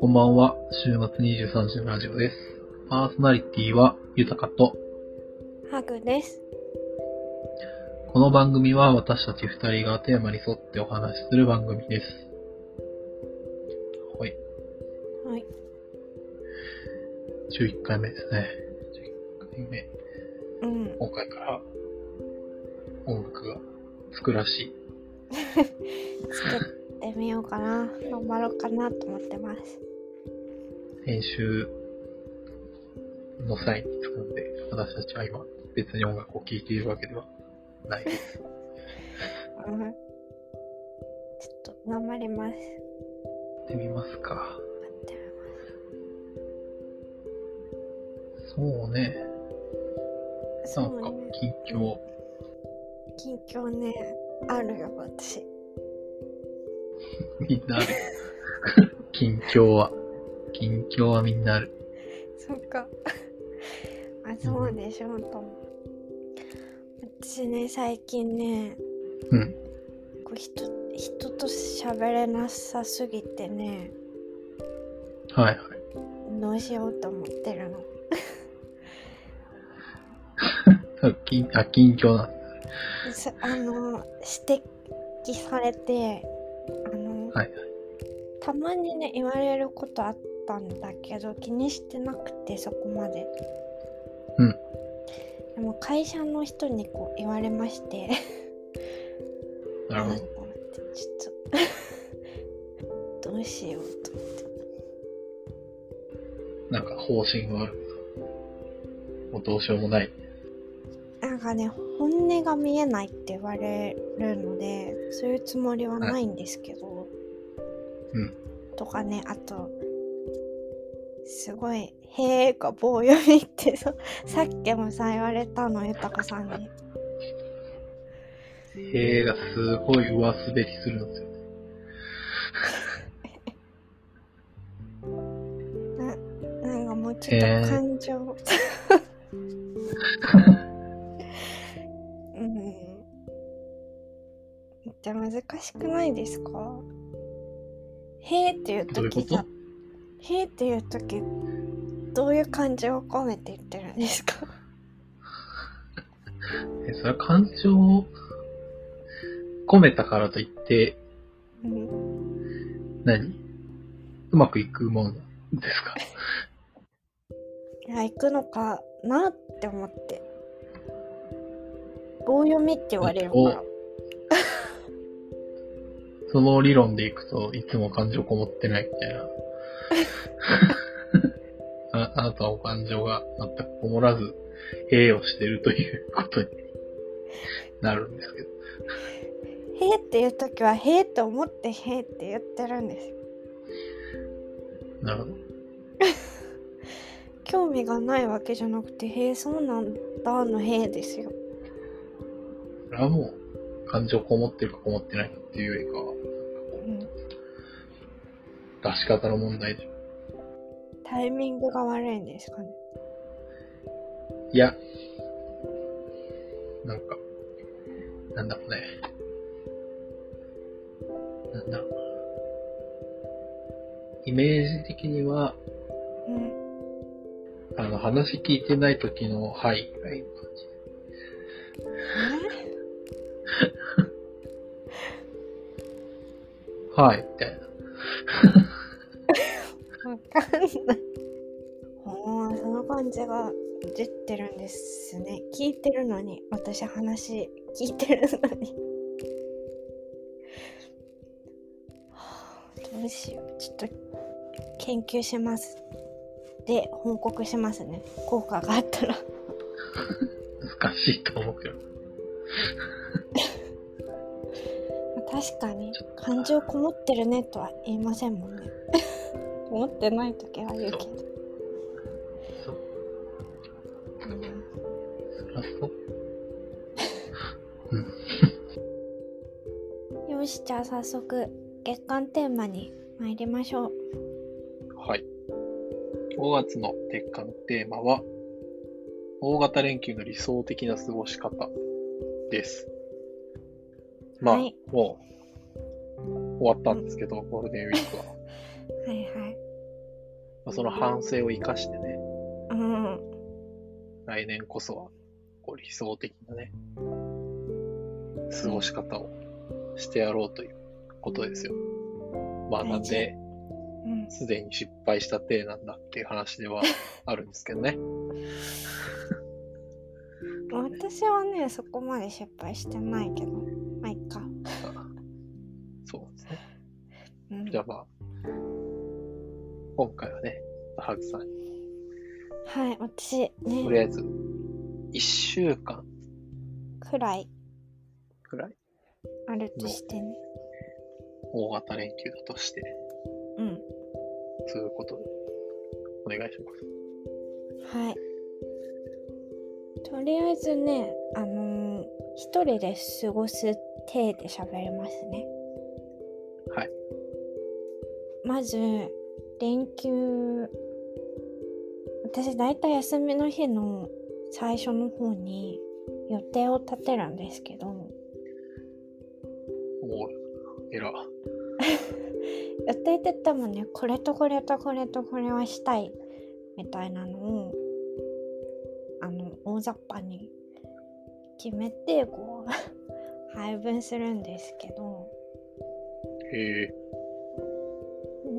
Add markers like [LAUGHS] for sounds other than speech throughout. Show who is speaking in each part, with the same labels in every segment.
Speaker 1: こんばんは、週末23時のラジオです。パーソナリティは豊かと、
Speaker 2: ハグです。
Speaker 1: この番組は私たち二人がテーマに沿ってお話しする番組です。はい、
Speaker 2: はい。
Speaker 1: 11回目ですね。11回目。
Speaker 2: うん。
Speaker 1: 今回から音楽がつくらしい。
Speaker 2: 作ってみようかな。頑張ろうかなと思ってます。
Speaker 1: 編集の際に使うんで、私たちは今別に音楽を聴いているわけではないです。
Speaker 2: うん。ちょっと頑張ります。
Speaker 1: やってみますか。
Speaker 2: 頑張って
Speaker 1: そうね。
Speaker 2: みます。
Speaker 1: なん
Speaker 2: そ
Speaker 1: か
Speaker 2: うね。
Speaker 1: 近況。
Speaker 2: 近況ね、あるよ、私。
Speaker 1: みんなある。近況は。近況はみんなある。
Speaker 2: そっか。あ、そうでしょうと思う。私ね、最近ね、
Speaker 1: うん。
Speaker 2: こう人人と喋れなさすぎてね、
Speaker 1: はいはい。
Speaker 2: どうしようと思ってるの。
Speaker 1: あ近あ近況なんです
Speaker 2: そあの指摘されてあの、
Speaker 1: はいはい
Speaker 2: たまにね言われることあったんだけど気にしてなくてそこまで
Speaker 1: うん
Speaker 2: でも会社の人にこう言われまして
Speaker 1: なるほ
Speaker 2: [LAUGHS] あ
Speaker 1: ど
Speaker 2: ち。ょっと [LAUGHS] どうしようと思って
Speaker 1: なんか方針がある。もうどうしようもない。
Speaker 2: なんかね本音が見えないって言われるのでそういうつもりはないんですけど、
Speaker 1: うん
Speaker 2: とかねあとすごい「へえ」が棒読みってささっきもさ言われたの豊さんに
Speaker 1: へえがすごい上滑りするんです [LAUGHS] よ。
Speaker 2: なんかもうちょっと
Speaker 1: へえ
Speaker 2: 感情うんじゃ難しくないですかへえっていう
Speaker 1: どういうこ
Speaker 2: 時
Speaker 1: と
Speaker 2: さへえっていう時どういう感情を込めて言ってるんですか [LAUGHS]
Speaker 1: え、それは感情を込めたからといって、
Speaker 2: うん
Speaker 1: 何うまくいくもんですか
Speaker 2: いや行くのかなって思って棒読みって言われるから
Speaker 1: その理論でいくといつも感情こもってないみたいな。ああなたは感情が全くこもらず、へえをしてるということになるんですけど。
Speaker 2: へえっていう時はへえって思ってへえって言ってるんです
Speaker 1: なるほど。
Speaker 2: 興味がないわけじゃなくてへえそうなんだのへえですよ
Speaker 1: それはもう感情こもってるかこもってないかっていうよりか
Speaker 2: うん
Speaker 1: は、出し方の問題で。
Speaker 2: タイミングが悪いんですかね
Speaker 1: いや、なんか、なんだろうね。なんだろうな。イメージ的には、
Speaker 2: うん
Speaker 1: あの、話聞いてない時の、はい、ぐらいの感じ。はい、みたいな。
Speaker 2: えわかんないほんその感じが出てるんですね聞いてるのに私話聞いてるのに [SIGHS] はあどうしようちょっと研究しますで報告しますね効果があったら [LAUGHS]
Speaker 1: 難しいと思うけど。
Speaker 2: 確かに感情こもってるねとは言いませんもんね [LAUGHS] こもってない時は言うけど
Speaker 1: そう。
Speaker 2: うん
Speaker 1: そらそう。
Speaker 2: よしじゃあ早速月間テーマに参りましょう
Speaker 1: はい。5月の月間テーマは、大型連休の理想的な過ごし方です。まあ、
Speaker 2: はい
Speaker 1: も終わったんですけど、ゴールデンウィークは。
Speaker 2: はいはい。
Speaker 1: まあその反省を生かしてね、
Speaker 2: うん。
Speaker 1: 来年こそは、こう理想的なね、過ごし方をしてやろうということですよ。まあなんで、
Speaker 2: うん。
Speaker 1: すでに失敗した体なんだっていう話
Speaker 2: [LAUGHS]
Speaker 1: ではあるんですけどね。
Speaker 2: 私はね、そこまで失敗してないけど。まあ、いっか。
Speaker 1: そうですね。
Speaker 2: うん。
Speaker 1: じゃあまあ、今回はね、ハグさんに、
Speaker 2: はい、私、
Speaker 1: とりあ
Speaker 2: ね、
Speaker 1: えず、1週間
Speaker 2: くらい
Speaker 1: くらい
Speaker 2: あるとしてね。
Speaker 1: 大型連休だとして、
Speaker 2: うん。
Speaker 1: そういうことで、お願いします。
Speaker 2: はい。とりあえずね、あのー一人で過ごす体で喋りますね。
Speaker 1: はい。
Speaker 2: まず、連休、私だいたい休みの日の最初の方に予定を立てるんですけど、
Speaker 1: おー、えら。
Speaker 2: 予定って言ってもね、これとこれとこれとこれはしたいみたいなのを、あの、大雑把に決めて、こう、 [LAUGHS] 配分するんですけど、
Speaker 1: へえ、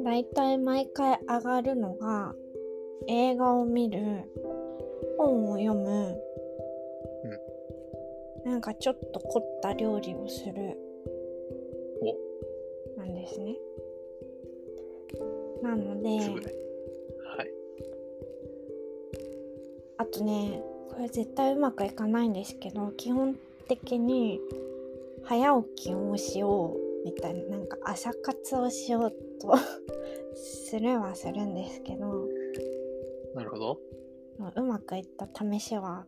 Speaker 2: だいたい毎回上がるのが、映画を見る、本を読む、なんかちょっと凝った料理をする、なんですね。なので、
Speaker 1: お、すぐね。はい。
Speaker 2: あとねこれ絶対うまくいかないんですけど基本的に早起きをしようみたいななんか朝活をしようと [LAUGHS] するはするんですけど
Speaker 1: なるほど。
Speaker 2: まあうまくいった試しは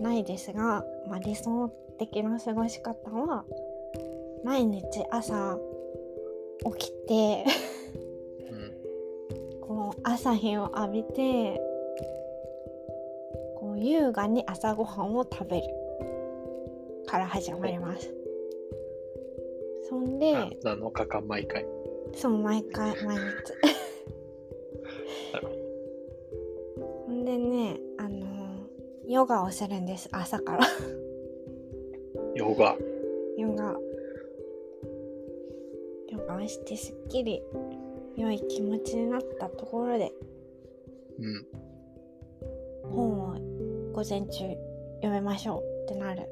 Speaker 2: ないですが、まあ、理想的な過ごし方は毎日朝起きて
Speaker 1: うん。
Speaker 2: こう朝日を浴びてこう優雅に朝ごはんを食べるから始まります。そんで、
Speaker 1: な7日間毎回。
Speaker 2: そう毎回毎日
Speaker 1: なるほ
Speaker 2: ほんでねあのヨガをするんです朝から [LAUGHS]
Speaker 1: ヨガ。
Speaker 2: ヨガヨガをしてすっきり良い気持ちになったところで
Speaker 1: うん。
Speaker 2: 本を午前中読めましょうってなる。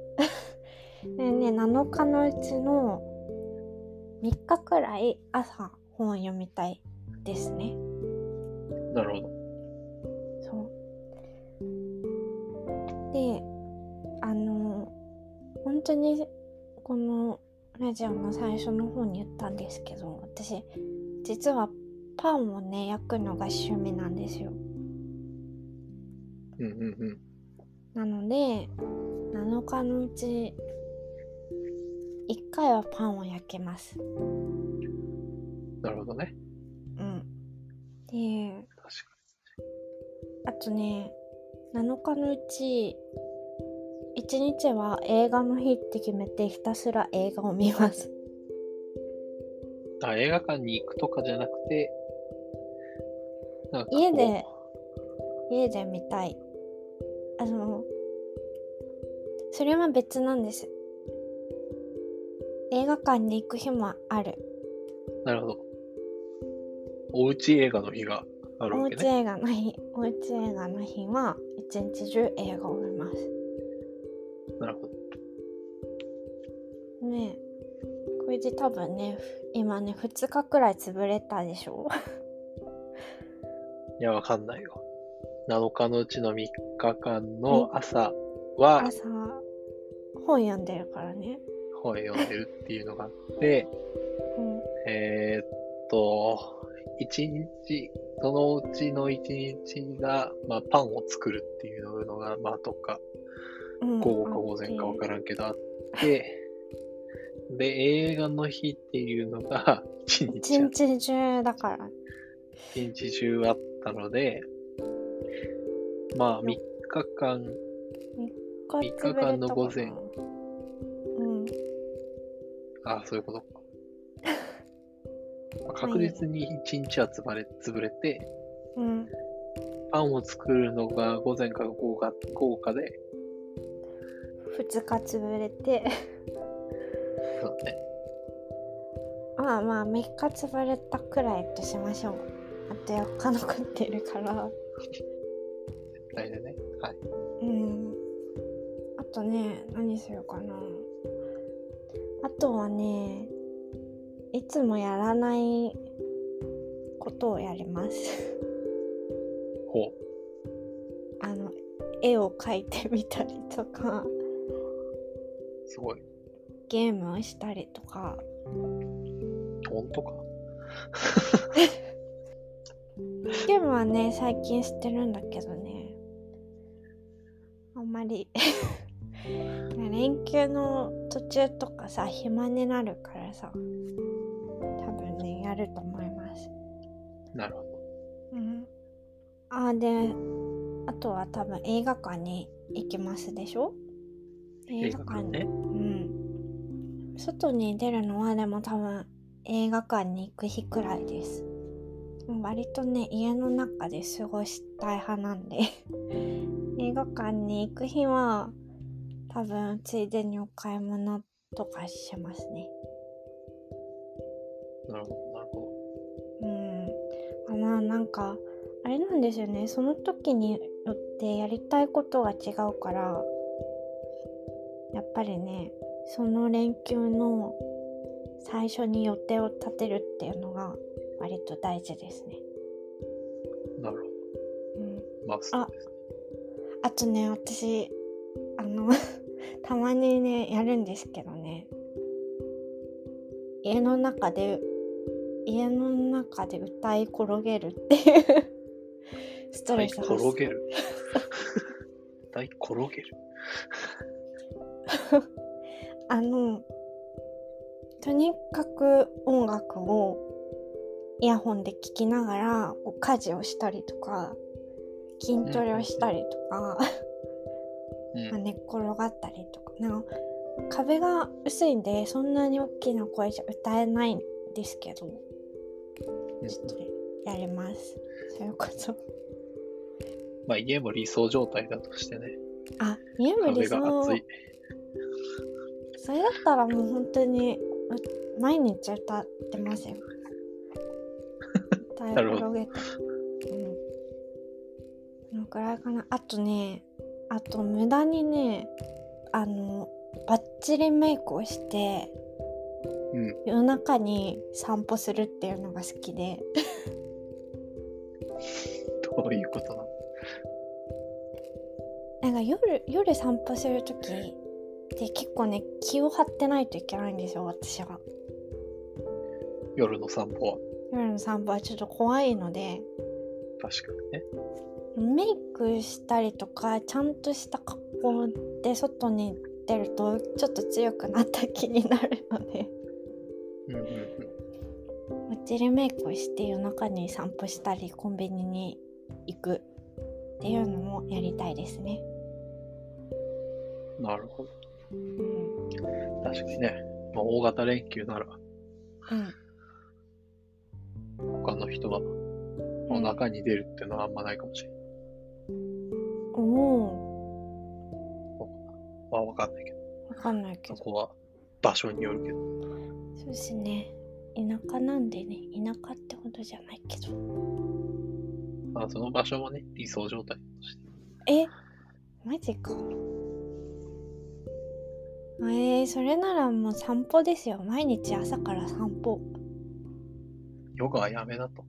Speaker 2: [LAUGHS] でね、7日のうちの3日くらい朝本読みたいですね。
Speaker 1: なるほど。
Speaker 2: そう。で、あの、本当にこのラジオの最初の方に言ったんですけど、私、実はパンをね、焼くのが趣味なんですよ。
Speaker 1: うんうんうん。
Speaker 2: なので7日のうち1回はパンを焼けます。
Speaker 1: なるほどね。
Speaker 2: うん、で
Speaker 1: 確
Speaker 2: あとね7日のうち1日は映画の日って決めてひたすら映画を見ます。 [LAUGHS]
Speaker 1: かに。あ、映画館に行くとかじゃなくて、なんかこう
Speaker 2: 家で。家で見たい。あのそれは別なんです。映画館に行く日もある。
Speaker 1: なるほど。おうち映画の日がある
Speaker 2: お
Speaker 1: わ
Speaker 2: う
Speaker 1: け
Speaker 2: ち
Speaker 1: ね。
Speaker 2: 映画の日、おうち映画の日は一日中映画を見ます。
Speaker 1: なるほど。
Speaker 2: ねえこれで多分ね、ふ今ね、2日くらい潰れたでしょ
Speaker 1: いや、わかんないよ。7日のうちの3日間の朝は
Speaker 2: 朝、本読んでるからね。
Speaker 1: 本読んでるっていうのがあって、
Speaker 2: うん、
Speaker 1: えーっと、一日、そのうちの一日が、まあ、パンを作るっていうのが、まあ、とか、
Speaker 2: うん
Speaker 1: 午後か午前かわからんけどあって、で、映画の日っていうのが、 [LAUGHS] 一日
Speaker 2: 一
Speaker 1: あっ
Speaker 2: 日中だから。
Speaker 1: 一日中あったので、まあ、3日間、
Speaker 2: これ
Speaker 1: 三日間の午前
Speaker 2: 潰れたかなうん。
Speaker 1: あ、そういうことか。まあ確実に一日は潰れ潰れて、
Speaker 2: うん。
Speaker 1: パンを作るのが午前か午後か午後かで、
Speaker 2: 2日潰れて。 [LAUGHS]
Speaker 1: そうだね、
Speaker 2: まあまあ、3日潰れたくらいとしましょう。あと4日残ってるから。
Speaker 1: 大体ね。はい。
Speaker 2: うん。あとね、何するかな。あとはね、いつもやらないことをやります。 [LAUGHS]
Speaker 1: ほ
Speaker 2: あの、絵を描いてみたりとか、
Speaker 1: う、すごい。
Speaker 2: ゲームをしたりとか。
Speaker 1: 本当か。
Speaker 2: ゲームはね、最近してるんだけどね。あんまり。 [LAUGHS] 連休の途中とかさ、暇になるからさ、多分ね、やると思います。
Speaker 1: なるほど。
Speaker 2: うん。あー、で、あとは多分映画館に行きますでしょ映画館に。
Speaker 1: ね。
Speaker 2: うん。外に出るのはでも多分映画館に行く日くらいです。割とね、家の中で過ごしたい派なんで映画館に行く日は多分ついでにお買い物とかしますね。
Speaker 1: なるほど、なるほ
Speaker 2: うん。かな、なんか、あれなんですよね。その時によってやりたいことが違うから、やっぱりね、その連休の最初に予定を立てるっていうのが割と大事ですね。
Speaker 1: ど。なるほ
Speaker 2: うん。
Speaker 1: ど。まあ、そうですね。
Speaker 2: あとね、私、あの、 [LAUGHS] たまにね、やるんですけどね、家の中で、家の中で歌い転げるっていう、 [LAUGHS] スト
Speaker 1: 大
Speaker 2: レス発
Speaker 1: 転
Speaker 2: 散
Speaker 1: げ
Speaker 2: [LAUGHS]
Speaker 1: る。大転げる。
Speaker 2: あの、とにかく音楽をイヤホンで聴きながら、こう家事をしたりとか、筋トレをしたりとか、
Speaker 1: うん
Speaker 2: まあ、。寝っ転がったりとかなんか壁が薄いんでそんなに大きな声じゃ歌えないんですけど
Speaker 1: うん
Speaker 2: ちょっとやりますそういうこと
Speaker 1: まあ、家も理想状態だとしてね。
Speaker 2: あ家も理
Speaker 1: 壁が
Speaker 2: 想
Speaker 1: 厚い。
Speaker 2: それだったらもう本当にう毎日歌ってますよ歌
Speaker 1: [LAUGHS]
Speaker 2: い
Speaker 1: なるほど
Speaker 2: 広げてうんこのくらいかなあとねあと無駄にねあのバッチリメイクをして
Speaker 1: うん。
Speaker 2: 夜中に散歩するっていうのが好きで
Speaker 1: どういうことなの
Speaker 2: なんか夜夜散歩する時って結構ね気を張ってないといけないんですよ私は
Speaker 1: 夜の散歩は。
Speaker 2: 夜の散歩はちょっと怖いので
Speaker 1: 確かにね。
Speaker 2: メイクしたりとかちゃんとした格好で外に出るとちょっと強くなった気になるので
Speaker 1: うんうん
Speaker 2: マッチリメイクをして夜中に散歩したりコンビニに行くっていうのもやりたいですね、
Speaker 1: うん。なるほど。
Speaker 2: うん
Speaker 1: 確かにね。まあ、大型連休なら、他の人は、
Speaker 2: う
Speaker 1: お
Speaker 2: ん、
Speaker 1: 中に出るっていうのはあんまないかもしれない。
Speaker 2: 思う
Speaker 1: まあ、わかんないけど。
Speaker 2: わかんないけ
Speaker 1: そ
Speaker 2: ど。
Speaker 1: こは、場所によるけど。
Speaker 2: そうですね。田舎なんでね、田舎ってほどじゃないけど。
Speaker 1: まあ、その場所もね、理想状態として。
Speaker 2: えマジか。えー、それならもう散歩ですよ。毎日朝から散歩。
Speaker 1: ヨガはやめだと。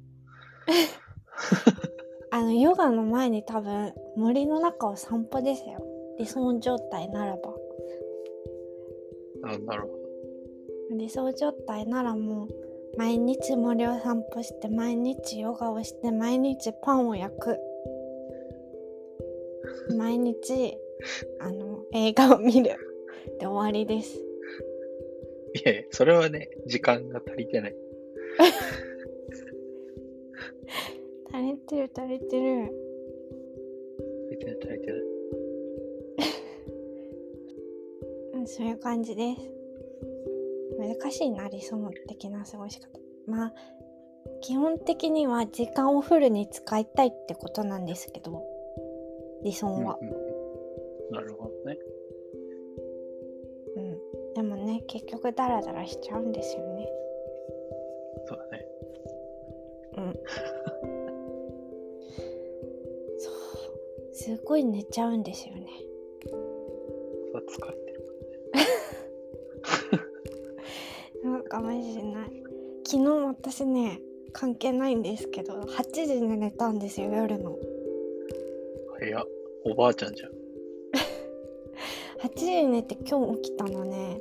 Speaker 2: あの、ヨガの前に多分森の中を散歩ですよ。理想状態ならば。
Speaker 1: あなるほど。
Speaker 2: 理想状態ならもう毎日森を散歩して、毎日ヨガをして、毎日パンを
Speaker 1: [LAUGHS]
Speaker 2: 焼く。毎日、あの、映画を見る。で終わりです。
Speaker 1: いやいや、それはね、時間が足りてない。
Speaker 2: 足りてる足りてる。
Speaker 1: 足りてない、足りてない。
Speaker 2: うん、そういう感じです。難しいな、理想的な過ごし方。まあ基本的には時間をフルに使いたいってことなんですけど理想
Speaker 1: うんうん
Speaker 2: は、
Speaker 1: うんなるほどね。
Speaker 2: うんでもね結局ダラダラしちゃうんですよね
Speaker 1: そうだね。
Speaker 2: そうすごい寝ちゃうんですよね
Speaker 1: それは疲れてるか
Speaker 2: なんかマジでない昨日私ね関係ないんですけど8時に寝たんですよ夜の
Speaker 1: らね。いや、おばあちゃんじゃん。
Speaker 2: 8時に寝て今日起きたのね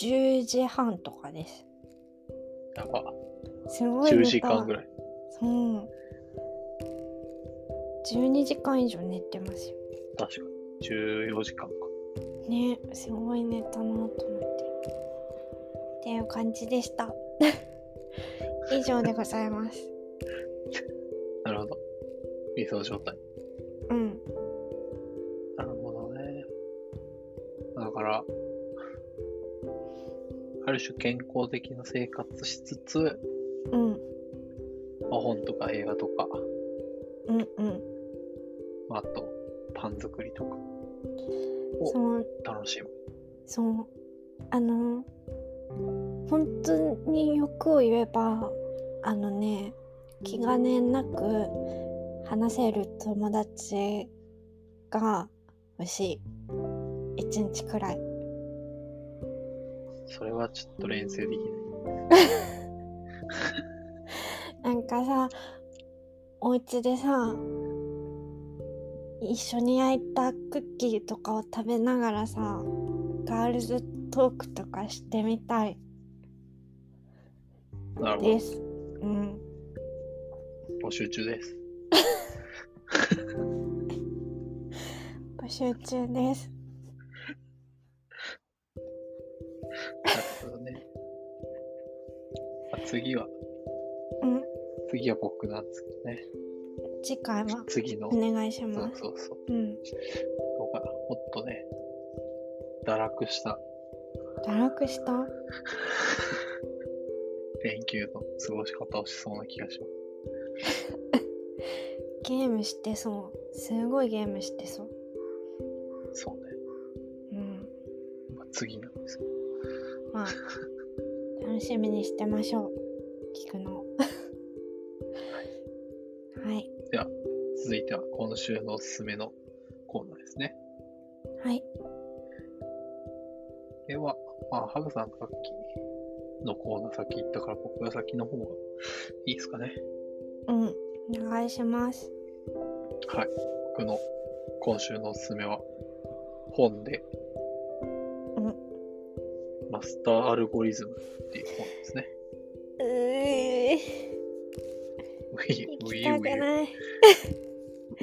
Speaker 2: 10時半とかです
Speaker 1: やば。
Speaker 2: すごい寝
Speaker 1: 10
Speaker 2: た
Speaker 1: 時間ぐらい。
Speaker 2: そう12時間以上寝てますよ
Speaker 1: 確かに。14時間か。
Speaker 2: ねすごい寝たなと思ってっていう感じでした以上でございます
Speaker 1: なるほど。理想状態。
Speaker 2: うん
Speaker 1: なるほどね。だから、ある種健康的な生活しつつ、
Speaker 2: うん
Speaker 1: まあ、本とか映画とか、
Speaker 2: うんうん
Speaker 1: まあ、あとパン作りとかお
Speaker 2: そう
Speaker 1: 楽しむ。
Speaker 2: そうあの本当に欲を言えばあのね気兼ねなく話せる友達が欲しい一日くらい
Speaker 1: それはちょっと練習できない。
Speaker 2: なんかさお家でさ一緒に焼いたクッキーとかを食べながらさガールズトークとかしてみたい
Speaker 1: なるほ
Speaker 2: です。うん
Speaker 1: ど。募集中です。
Speaker 2: 募集中です。
Speaker 1: なるほどね。 [LAUGHS] あ次は、
Speaker 2: うん、
Speaker 1: 次は僕なんですけどね。
Speaker 2: 次回は
Speaker 1: 次の、
Speaker 2: お願いし
Speaker 1: そ
Speaker 2: ま
Speaker 1: う
Speaker 2: す。
Speaker 1: そうそう。
Speaker 2: うん、
Speaker 1: 動画、もっとね、堕落した
Speaker 2: 堕落した。
Speaker 1: 連休の過ごし方をしそうな気がしま
Speaker 2: ゲームしてそう。すごいゲームしてそう。
Speaker 1: す。そうね。
Speaker 2: うん、
Speaker 1: まあ、次なんですけ
Speaker 2: まあ楽しみにしてましょう。聞くのを。 [LAUGHS] はい、
Speaker 1: ど続いては今週のおすすめのコーナーですね。
Speaker 2: はい、
Speaker 1: では、まあ、ハグさんがさっきのコーナー先行ったから、僕が先の方がいいですかね。
Speaker 2: うん、お願いします。
Speaker 1: はい。僕の今週のおすすめは、本で
Speaker 2: うん、
Speaker 1: マスターアルゴリズムっていう本ですね。
Speaker 2: うえ、
Speaker 1: ウィ
Speaker 2: 行
Speaker 1: ウ
Speaker 2: き
Speaker 1: ィ
Speaker 2: た
Speaker 1: ウ
Speaker 2: く
Speaker 1: ィ
Speaker 2: ない。
Speaker 1: ウ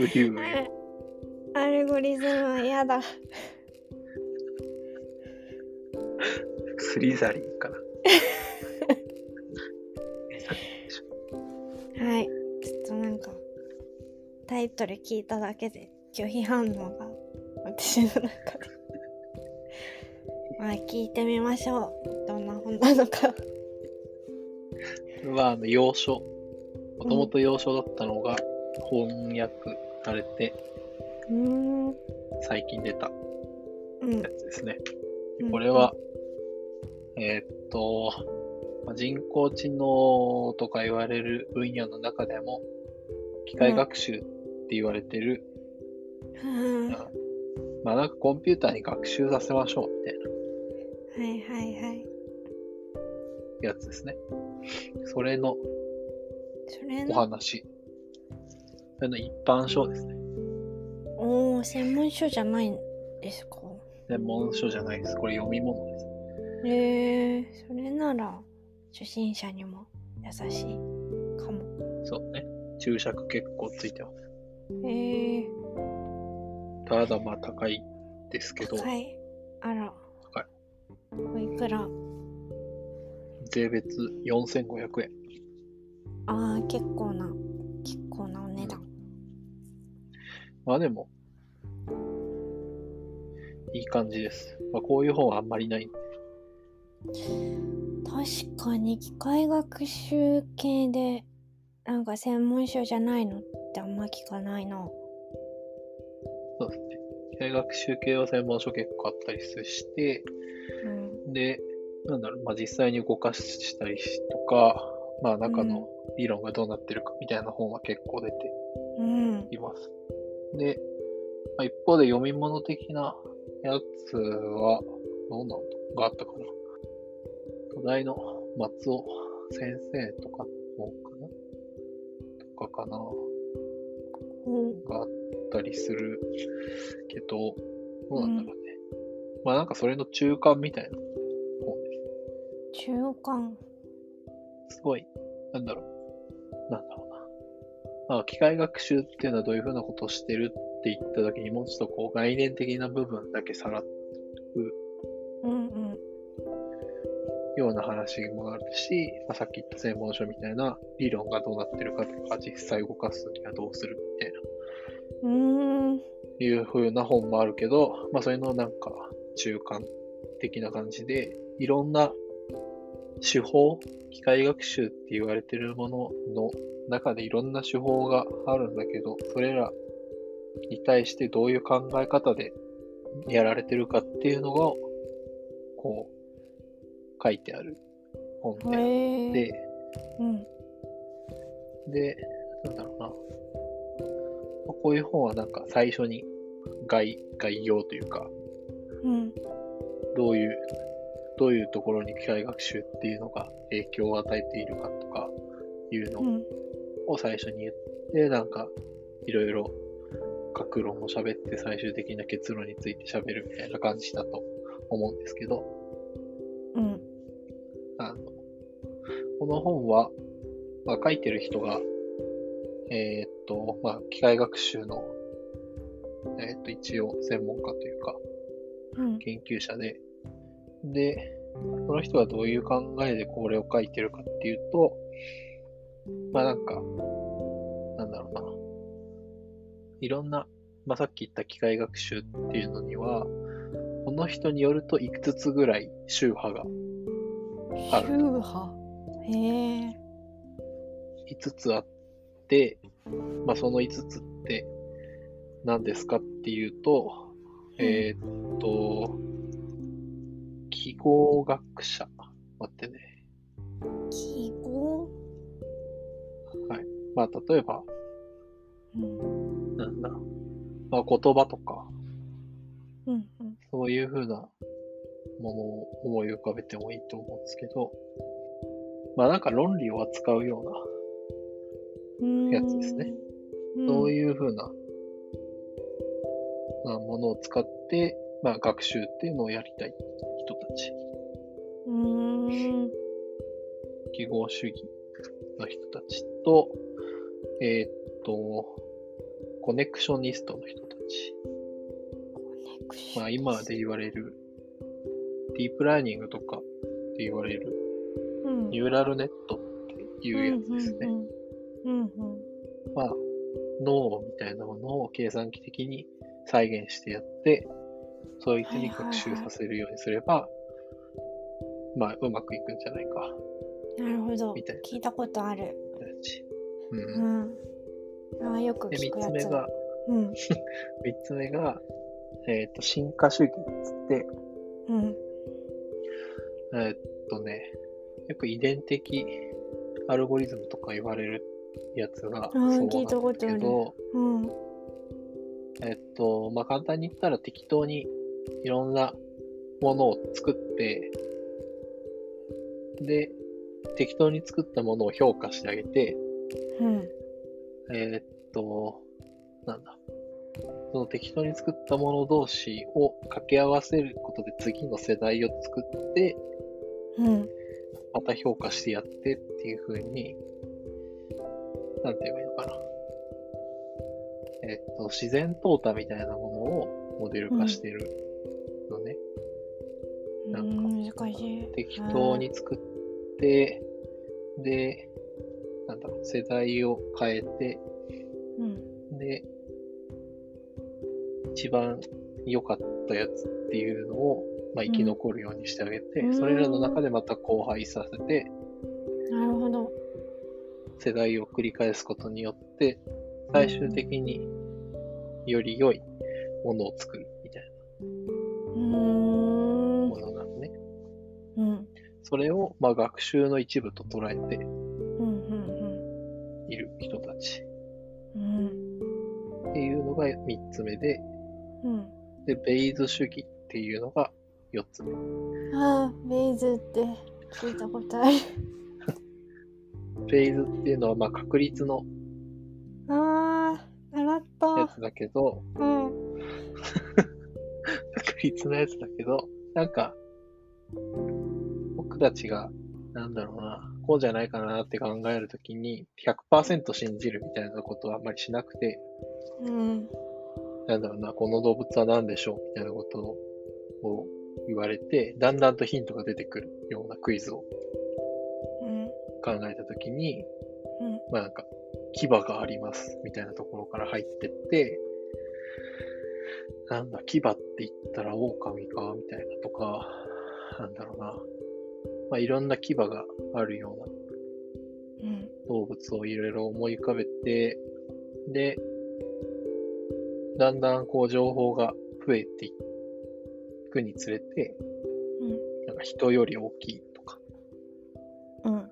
Speaker 1: ィウィ
Speaker 2: あアルゴリズムは嫌だ。
Speaker 1: スリザリンかな。
Speaker 2: はい、ちょっとなんかタイトル聞いただけで拒否反応が私の中でまあ聞いてみましょうどんな本なのか
Speaker 1: これはあの洋書。もともと洋書だったのが翻訳されて
Speaker 2: うーんうん
Speaker 1: 最近出た
Speaker 2: うん
Speaker 1: やつですね。
Speaker 2: うん
Speaker 1: これは、えーっと、まあ人工知能とか言われる分野の中でも、機械学習って言われてる、
Speaker 2: うんは
Speaker 1: あまあなんかコンピューターに学習させましょうみたい
Speaker 2: いはいはい
Speaker 1: なやつですね。それの
Speaker 2: それ
Speaker 1: お
Speaker 2: の
Speaker 1: 話。それの一般書ですね。
Speaker 2: おお専門書じゃないんですか
Speaker 1: 専門書じゃないです。これ読み物です。
Speaker 2: へえー、それなら初心者にも優しいかも
Speaker 1: そうね。注釈結構ついてます。
Speaker 2: へえー、
Speaker 1: ただまあ高いですけど、
Speaker 2: はいあら
Speaker 1: 高い
Speaker 2: おいくら
Speaker 1: 税別4500円。
Speaker 2: ああ結構な結構なお値段
Speaker 1: まあでも、いい感じです。まあこういう本はあんまりない。
Speaker 2: 確確かに機械学習系でなんか専門書じゃないのってあんま聞かないな。
Speaker 1: そうですね。機械学習系は専門書結構あったりして、
Speaker 2: うん
Speaker 1: で、なんだろう、まあ、実際に動かしたりしとか、まあ、中の理論がどうなってるかみたいな本は結構出て
Speaker 2: うん
Speaker 1: います。で、まあ、一方で読み物的なやつは、どうなんだがあったかな。都大の松尾先生とかの本かなとかかな。
Speaker 2: うん
Speaker 1: があったりするけど、どうなんだろうね。まあなんかそれの中間みたいな本で
Speaker 2: 中間
Speaker 1: す。すごい、なんだろう。なんだろうな。まあ機械学習っていうのはどういうふうなことをしてるって言った時にもうちょっとこう概念的な部分だけさらう
Speaker 2: うんうん
Speaker 1: ような話もあるし、まあ、さっき言った専門書みたいな理論がどうなってるかとか、実際動かすにはどうするみたいな、
Speaker 2: うーん
Speaker 1: いうふうな本もあるけど、まあそういうのなんか中間的な感じで、いろんな手法、機械学習って言われてるものの中でいろんな手法があるんだけど、それらに対してどういう考え方でやられてるかっていうのが、こう、書いてある本で、
Speaker 2: へえ
Speaker 1: で、
Speaker 2: うん
Speaker 1: で、なんだろうな。まあこういう本はなんか最初に概概要というか、
Speaker 2: うん
Speaker 1: どういう、どういうところに機械学習っていうのが影響を与えているかとかいう
Speaker 2: う
Speaker 1: の
Speaker 2: ん
Speaker 1: を最初に言って、なんかいろいろ各論を喋って最終的な結論について喋るみたいな感じだと思うんですけど、
Speaker 2: うん
Speaker 1: あの、この本は、まあ、書いてる人が、えーっと、まあ、機械学習の、えーっと、一応専門家というか、
Speaker 2: うん
Speaker 1: 研究者で、で、この人はどういう考えでこれを書いてるかっていうと、まあなんか、なんだろうな。いろんな、まあさっき言った機械学習っていうのには、この人によるといくつぐらい宗派がある
Speaker 2: 宗派へえ
Speaker 1: 5つあって、まあ、その5つって何ですかっていうと、えーっと、記号学者。待ってね。
Speaker 2: 記号
Speaker 1: まあ、例えば、
Speaker 2: うん
Speaker 1: なんだ。まあ、言葉とか、
Speaker 2: うんうん
Speaker 1: そういうふうなものを思い浮かべてもいいと思うんですけど、まあ、なんか論理を扱うような、
Speaker 2: うん
Speaker 1: やつですね
Speaker 2: うん
Speaker 1: そういうふうな、まあ、ものを使って、まあ、学習っていうのをやりたい人たち。
Speaker 2: うーん
Speaker 1: 記号主義の人たちと、えーっと、コネクショニストの人たち。
Speaker 2: コネクション
Speaker 1: まあ、今で言われる、ディープラーニングとかって言われる、
Speaker 2: うん
Speaker 1: ニューラルネットっていうやつですね。
Speaker 2: うんうんうん
Speaker 1: まあ、脳みたいなものを計算機的に再現してやって、そういう人に学習させるようにすれば、まあ、うまくいくんじゃないか。
Speaker 2: なるほど
Speaker 1: みたいな
Speaker 2: 聞いたことある
Speaker 1: う。
Speaker 2: うんんああよく
Speaker 1: で、
Speaker 2: 聞く
Speaker 1: 三つ
Speaker 2: や
Speaker 1: 目
Speaker 2: つ
Speaker 1: が、
Speaker 2: うん
Speaker 1: 三つ目が、えっ、と、進化主義っつって、
Speaker 2: うん
Speaker 1: えっ、とね、よく遺伝的アルゴリズムとか言われるやつが、
Speaker 2: ー
Speaker 1: そう
Speaker 2: 聞いた
Speaker 1: な
Speaker 2: こ
Speaker 1: んだ
Speaker 2: と
Speaker 1: け
Speaker 2: ある
Speaker 1: ど、
Speaker 2: うん
Speaker 1: えっ、と、まあ、簡単に言ったら適当にいろんなものを作って、で、適当に作ったものを評価してあげて、
Speaker 2: うん
Speaker 1: えーっと、なんだ。その適当に作ったもの同士を掛け合わせることで次の世代を作って、
Speaker 2: うん
Speaker 1: また評価してやってっていう風に、なんて言えばいいのかな。えーっと、自然淘汰みたいなものをモデル化してるのね。なんか
Speaker 2: うん難しい
Speaker 1: 適当に作って、で、なんだろう、世代を変えて、
Speaker 2: うん
Speaker 1: で、一番良かったやつっていうのをまあ、生き残るようにしてあげて、
Speaker 2: うん
Speaker 1: それらの中でまた後輩させて、
Speaker 2: なるほど。
Speaker 1: 世代を繰り返すことによって、最終的により良いものを作るみたいう
Speaker 2: ー
Speaker 1: なんも。のなのね。
Speaker 2: うん。
Speaker 1: それを、まあ、学習の一部と捉えて
Speaker 2: うん。うん。
Speaker 1: いる人たち
Speaker 2: うん。
Speaker 1: っていうのが3つ目で、
Speaker 2: うん。
Speaker 1: で、ベイズ主義っていうのが4つ目。
Speaker 2: うん。ああ、ベイズって聞いたことある。
Speaker 1: ベイズっていうのは、まあ、確率の
Speaker 2: ああ、習っ
Speaker 1: や
Speaker 2: た。
Speaker 1: つだけど、
Speaker 2: うん。
Speaker 1: 確率のやつだけど、なんか、僕たちが、なんだろうな、こうじゃないかなって考えるときに、100%信じるみたいなことはあんまりしなくて、
Speaker 2: うん。
Speaker 1: なんだろうな、この動物は何でしょうみたいなことを言われて、だんだんとヒントが出てくるようなクイズを
Speaker 2: うん。
Speaker 1: 考えたときに、
Speaker 2: うん。
Speaker 1: まあなんか、牙がありますみたいなところから入ってって、なんだ、牙って言ったら狼かみたいなとか、なんだろうな。まあいろんな牙があるような
Speaker 2: うん。
Speaker 1: 動物をいろいろ思い浮かべて、で、だんだんこう情報が増えていくにつれて、なんか人より大きいとか
Speaker 2: うん。
Speaker 1: っ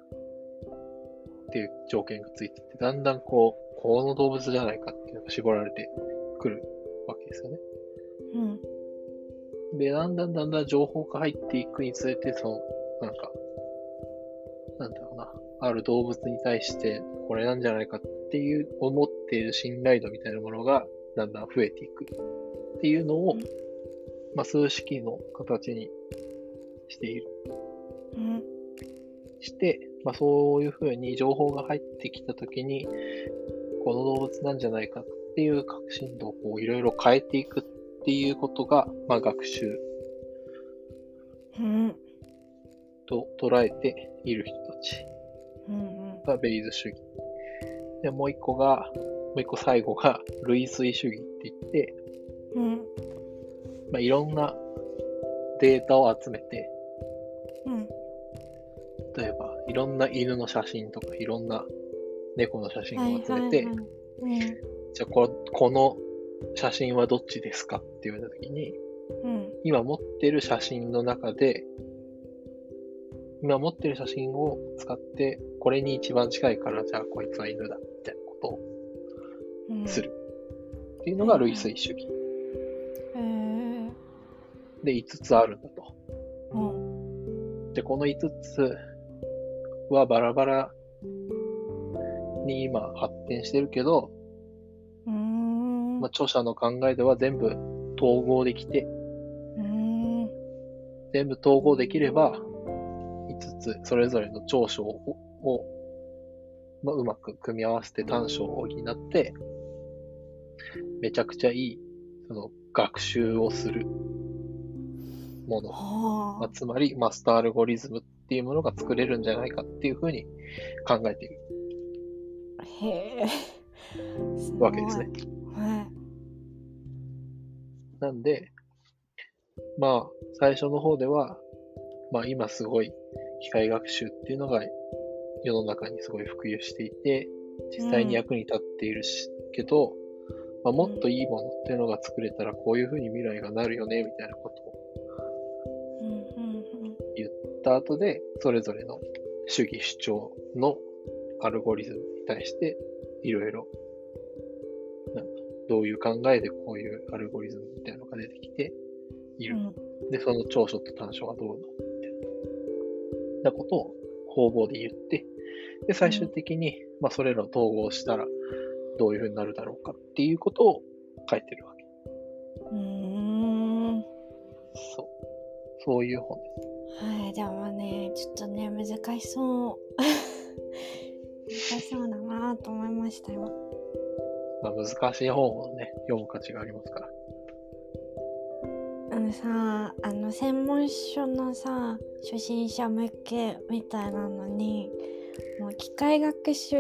Speaker 1: ていう条件がついてて、だんだんこう、この動物じゃないかっていうのが絞られてくるわけですよね。
Speaker 2: うん。
Speaker 1: で、だんだんだんだん情報が入っていくにつれて、その、なんか、なんだろうな、ある動物に対して、これなんじゃないかっていう、思っている信頼度みたいなものが、だんだん増えていくっていうのを
Speaker 2: うん、
Speaker 1: まあ、数式の形にしている。
Speaker 2: うん。
Speaker 1: して、まあ、そういうふうに情報が入ってきたときに、この動物なんじゃないかっていう確信度をこういろいろ変えていくっていうことが、まあ、学習
Speaker 2: うん。
Speaker 1: と捉えている人たち
Speaker 2: うん。
Speaker 1: がベイズ主義。で、もう一個が、もう一個最後が類推主義って言って、
Speaker 2: うん。
Speaker 1: まあ、いろんなデータを集めて、
Speaker 2: うん。
Speaker 1: 例えばいろんな犬の写真とかいろんな猫の写真
Speaker 2: はい
Speaker 1: を
Speaker 2: は
Speaker 1: 集め
Speaker 2: い
Speaker 1: て、
Speaker 2: はい。
Speaker 1: じゃあここの写真はどっちですかって言われた時に、
Speaker 2: うん。
Speaker 1: 今持ってる写真の中で、今持ってる写真を使って、これに一番近いから、じゃあこいつは犬だ、みたいなことを
Speaker 2: うん。
Speaker 1: する。っていうのが類推主義。
Speaker 2: へえ。
Speaker 1: で、5つあるんだと。
Speaker 2: うん。
Speaker 1: で、この5つはバラバラに今発展してるけど、
Speaker 2: うん。
Speaker 1: まあ、著者の考えでは全部統合できて、
Speaker 2: うん。
Speaker 1: 全部統合できれば、5つそれぞれの長所を、をまあ、うまく組み合わせて短所を補って、めちゃくちゃいい、その、学習をするもの
Speaker 2: は
Speaker 1: まあ
Speaker 2: あ。
Speaker 1: つまりマスターアルゴリズムっていうものが作れるんじゃないかっていうふうに考えている
Speaker 2: へえ。すご
Speaker 1: わ
Speaker 2: い
Speaker 1: けですね。。
Speaker 2: は
Speaker 1: なんで、まあ、最初の方では、まあ今すごい機械学習っていうのが世の中にすごい普及していて、実際に役に立っているし、けど、まあ、もっといいものっていうのが作れたらこういうふうに未来がなるよね、みたいなことを
Speaker 2: い。うんうん
Speaker 1: 言った後で、それぞれの主義主張のアルゴリズムに対して、いろいろ、なんかどういう考えでこういうアルゴリズムみたいなのが出てきている。
Speaker 2: うん。
Speaker 1: で、その長所と短所がどうのみたいなことを方々で言って、で、最終的に、まあ、それらを統合したら、どういうふうになるだろうかっていうことを書いてるわけ。
Speaker 2: うん。うーん。
Speaker 1: そう。そういう本です。
Speaker 2: はい、でもね、ちょっとね、難しそう。 [LAUGHS] 難しそうだなと思いましたよ。
Speaker 1: まあ、難しい本をね、読む価値がありますから。
Speaker 2: あのさ、あの専門書のさ、初心者向けみたいなのに、もう機械学習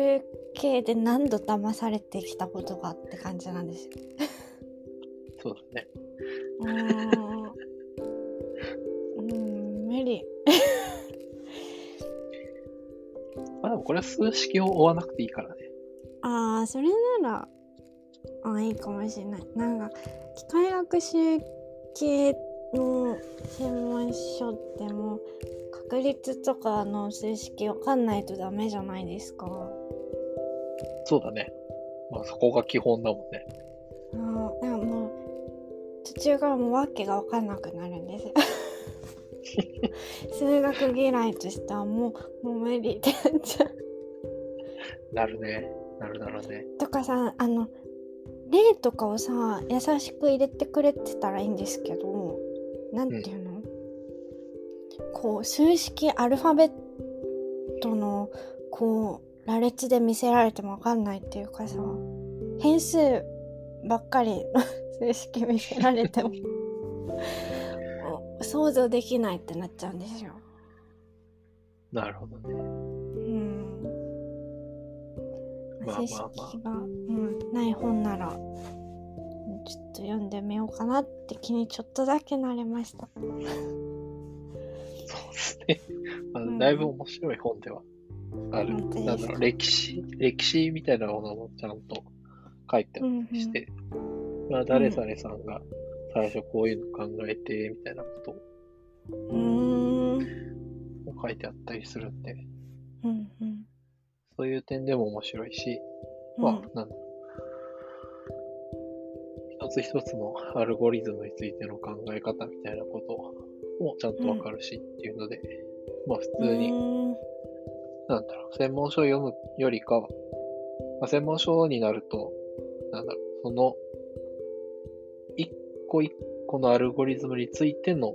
Speaker 2: 系で何度騙されてきたことがって感じなんですよ。
Speaker 1: そうですね。
Speaker 2: もう
Speaker 1: まあでもこれは数式を追わなくていいからね。
Speaker 2: ああそれならあいいかもしれないなんか機械学習系の専門書ってもう確率とかの数式わかんないとダメじゃないですか
Speaker 1: そうだね。まあそこが基本だもんね。
Speaker 2: あーなんかもう途中からもう訳が分かんなくなるんですよ数学嫌いとしてはもうもう無理ってなっちゃう
Speaker 1: なるね。なるなるね。
Speaker 2: とかさあの例とかをさ優しく入れてくれてたらいいんですけどなんていうの、こう数式アルファベットのこう羅列で見せられても分かんないっていうかさ変数ばっかりの [LAUGHS] 数式見せられてもお想像できないってなっちゃうんですよ。
Speaker 1: なるほどね。
Speaker 2: うん
Speaker 1: まあまあまあ
Speaker 2: 知識が、うん、ない本ならちょっと読んでみようかなって気にちょっとだけなれました
Speaker 1: そうですね。ま
Speaker 2: うん
Speaker 1: [LAUGHS] あ、だいぶ面白い本ではある。
Speaker 2: 本当です
Speaker 1: なんだろう、歴史、歴史みたいなものもちゃんと書いてあっ
Speaker 2: うんう
Speaker 1: たりし
Speaker 2: ん
Speaker 1: て、まあ、誰々さんが最初こういうの考えて、みたいなこ
Speaker 2: うーん
Speaker 1: とも書いてあったりするんで、
Speaker 2: うんうん
Speaker 1: そういう点でも面白いし、
Speaker 2: う
Speaker 1: まあ
Speaker 2: ん、
Speaker 1: なんだろう。一つ一つのアルゴリズムについての考え方みたいなこともちゃんとわかるしっていうので、まあ普通に
Speaker 2: うーん
Speaker 1: なんだろう、専門書を読むよりかは、まあ、専門書になると、なんだろう、その、一個一個のアルゴリズムについての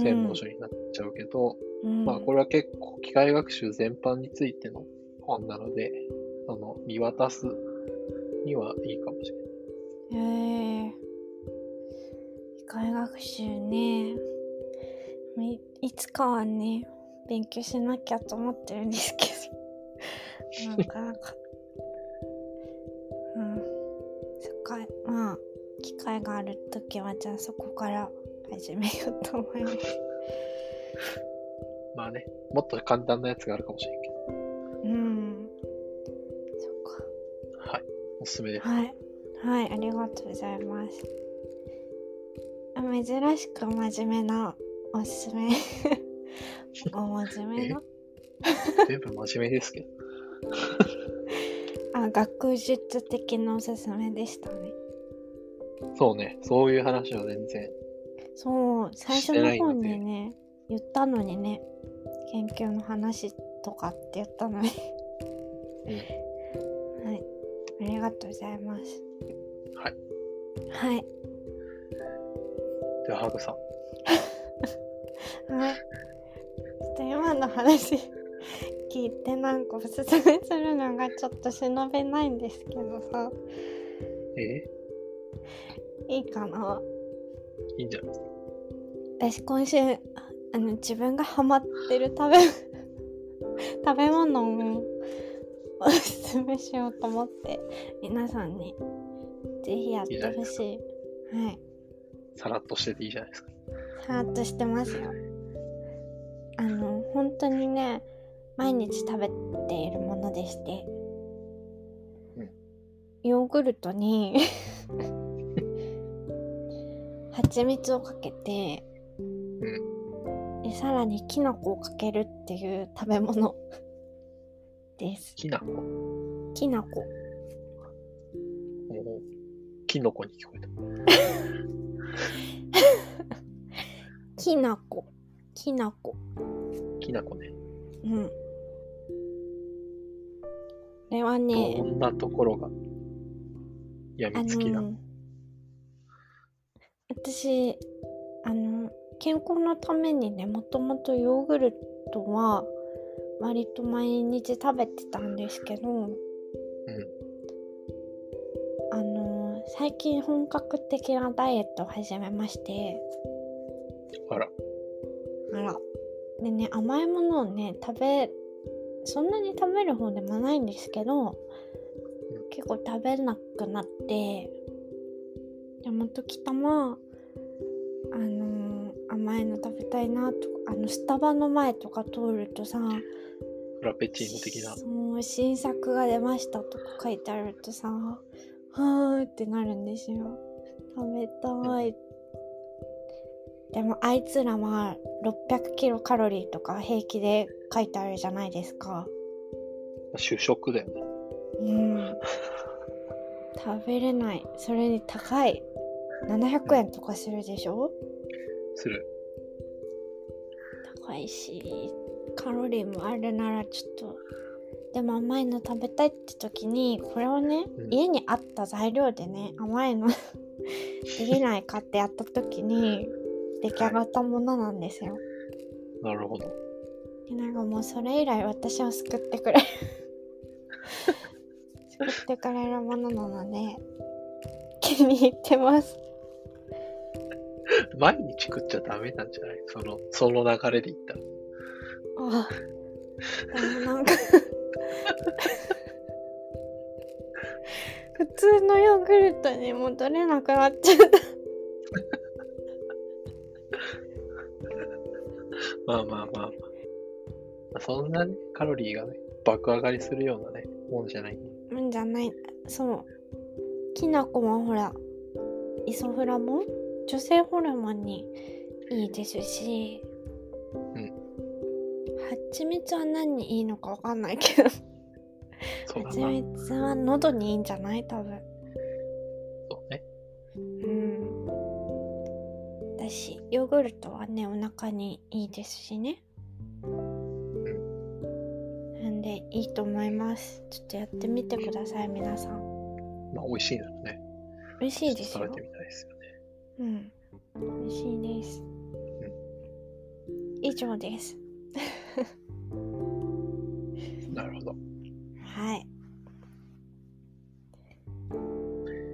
Speaker 1: 専門書になっちゃうけど、
Speaker 2: うん
Speaker 1: まあこれは結構機械学習全般についての本なので、その、見渡すにはいいかもしれない。
Speaker 2: へえ機械学習ねいいつかはね勉強しなきゃと思ってるんですけどなかなかうんそっかまあ機会がある時はじゃあそこから始めようと思います
Speaker 1: まあね、もっと簡単なやつがあるかもしれんけど、
Speaker 2: うんそっか
Speaker 1: はい、おすすめ
Speaker 2: [LAUGHS]
Speaker 1: です。
Speaker 2: はい。はい、ありがとうございます。あ珍しく真面目なおすす
Speaker 1: [LAUGHS]
Speaker 2: め。お真面目な。
Speaker 1: 全部真面目ですけど、
Speaker 2: あ、学術的なおすすめでしたね。
Speaker 1: そうね、そういう話は全然、
Speaker 2: そう、最初の方にね、言ったのにね、研究の話とかって言ったのに。はい、ありがとうございます。
Speaker 1: はい。
Speaker 2: はい。
Speaker 1: では、ハグさん、
Speaker 2: はい。ちょっと今の話 [LAUGHS] 聞いてなんかおすすめするのがちょっと忍べないんですけどさ、
Speaker 1: え
Speaker 2: いいかな
Speaker 1: ーいいんじゃない
Speaker 2: 私今週、あの、自分がハマってる食べ、 [LAUGHS] 食べ物をおすすめしようと思って、皆さんにぜひやってほしい。はい。
Speaker 1: さらっとしてていいじゃないですか。
Speaker 2: ハートしてますよ。あの、本当にね、毎日食べているものでして
Speaker 1: うん、
Speaker 2: ヨーグルトに蜂蜜をかけて、でさらにきな粉をかけるっていう食べ物です。
Speaker 1: きなこ。
Speaker 2: きな粉。
Speaker 1: おきのこに聞こえた。
Speaker 2: きな粉。きな粉。
Speaker 1: きなこね。
Speaker 2: うん。これはね、
Speaker 1: どんなところが、や
Speaker 2: あ
Speaker 1: み
Speaker 2: の
Speaker 1: つきなの。
Speaker 2: 私あの健康のためにねもともとヨーグルトは割と毎日食べてたんですけど、あの最近本格的なダイエットを始めまして
Speaker 1: あら、
Speaker 2: あらでね甘いものをね食べそんなに食べる方でもないんですけど結構食べなくなってでも時たまあのー甘いの食べたいなとかあのスタバの前とか通るとさ
Speaker 1: フラペチーノ的な。
Speaker 2: もう新作が出ましたとか書いてあるとさはーってなるんですよ食べたいでもあいつらは600キロカロリーとか平気で書いてあるじゃないですか
Speaker 1: 主食だよね。
Speaker 2: うん食べれないそれに高い700円とかするでしょ
Speaker 1: する。
Speaker 2: 高いしカロリーもあるならちょっとでも甘いの食べたいって時にこれをね、
Speaker 1: うん
Speaker 2: 家にあった材料でね甘いの [LAUGHS] できないかってやった時に出来上がったものなんですよ。
Speaker 1: なるほど。
Speaker 2: でなんかもうそれ以来私を救って
Speaker 1: [LAUGHS]
Speaker 2: くれる救ってくれるものなので気に入ってます。
Speaker 1: 毎日食っちゃダメなんじゃないその、その流れでいったら。
Speaker 2: ああでもなんか普通のヨーグルトに戻れなくなっちゃう
Speaker 1: まあまあまあまあ。まあそんなね、カロリーがね、爆上がりするようなね、もんじゃない。
Speaker 2: うんじゃないそうきな粉もほらイソフラボン女性ホルモンにいいですし
Speaker 1: うん
Speaker 2: 蜂蜜は何にいいのかわかんないけど
Speaker 1: そうだ
Speaker 2: 蜂
Speaker 1: な。
Speaker 2: 蜜は喉にいいんじゃない多分
Speaker 1: そうね。
Speaker 2: うんだしヨーグルトはねお腹にいいですしねなんでいいと思いますちょっとやってみてください皆さん
Speaker 1: まあ、美味しいならね。
Speaker 2: 嬉しいです
Speaker 1: ちょっ
Speaker 2: よ
Speaker 1: と食べてみたいですよね。
Speaker 2: うん、美味しいです。以上です。
Speaker 1: なるほど。
Speaker 2: はい。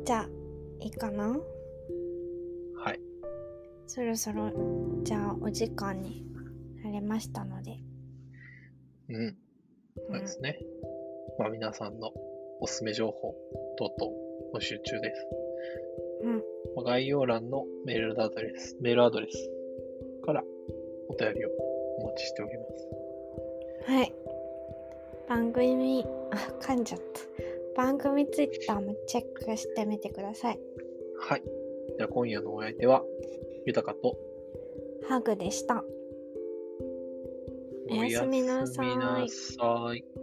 Speaker 2: じゃあ、いいかな
Speaker 1: はい。
Speaker 2: そろそろ、じゃあ、お時間になりましたので。
Speaker 1: うん。そうですね。まあ、皆さんのおすすめ情報等々募集中です。
Speaker 2: うん、うん
Speaker 1: まあ概要欄のメールアドレス、メールアドレスからお便りをお待ちしております。
Speaker 2: はい。番組、あ、噛んじゃった。番組ツイッターもチェックしてみてください。
Speaker 1: はい。では今夜のお相手は、豊かと、
Speaker 2: ハグでした。おやすみなさい
Speaker 1: おやすみなさい。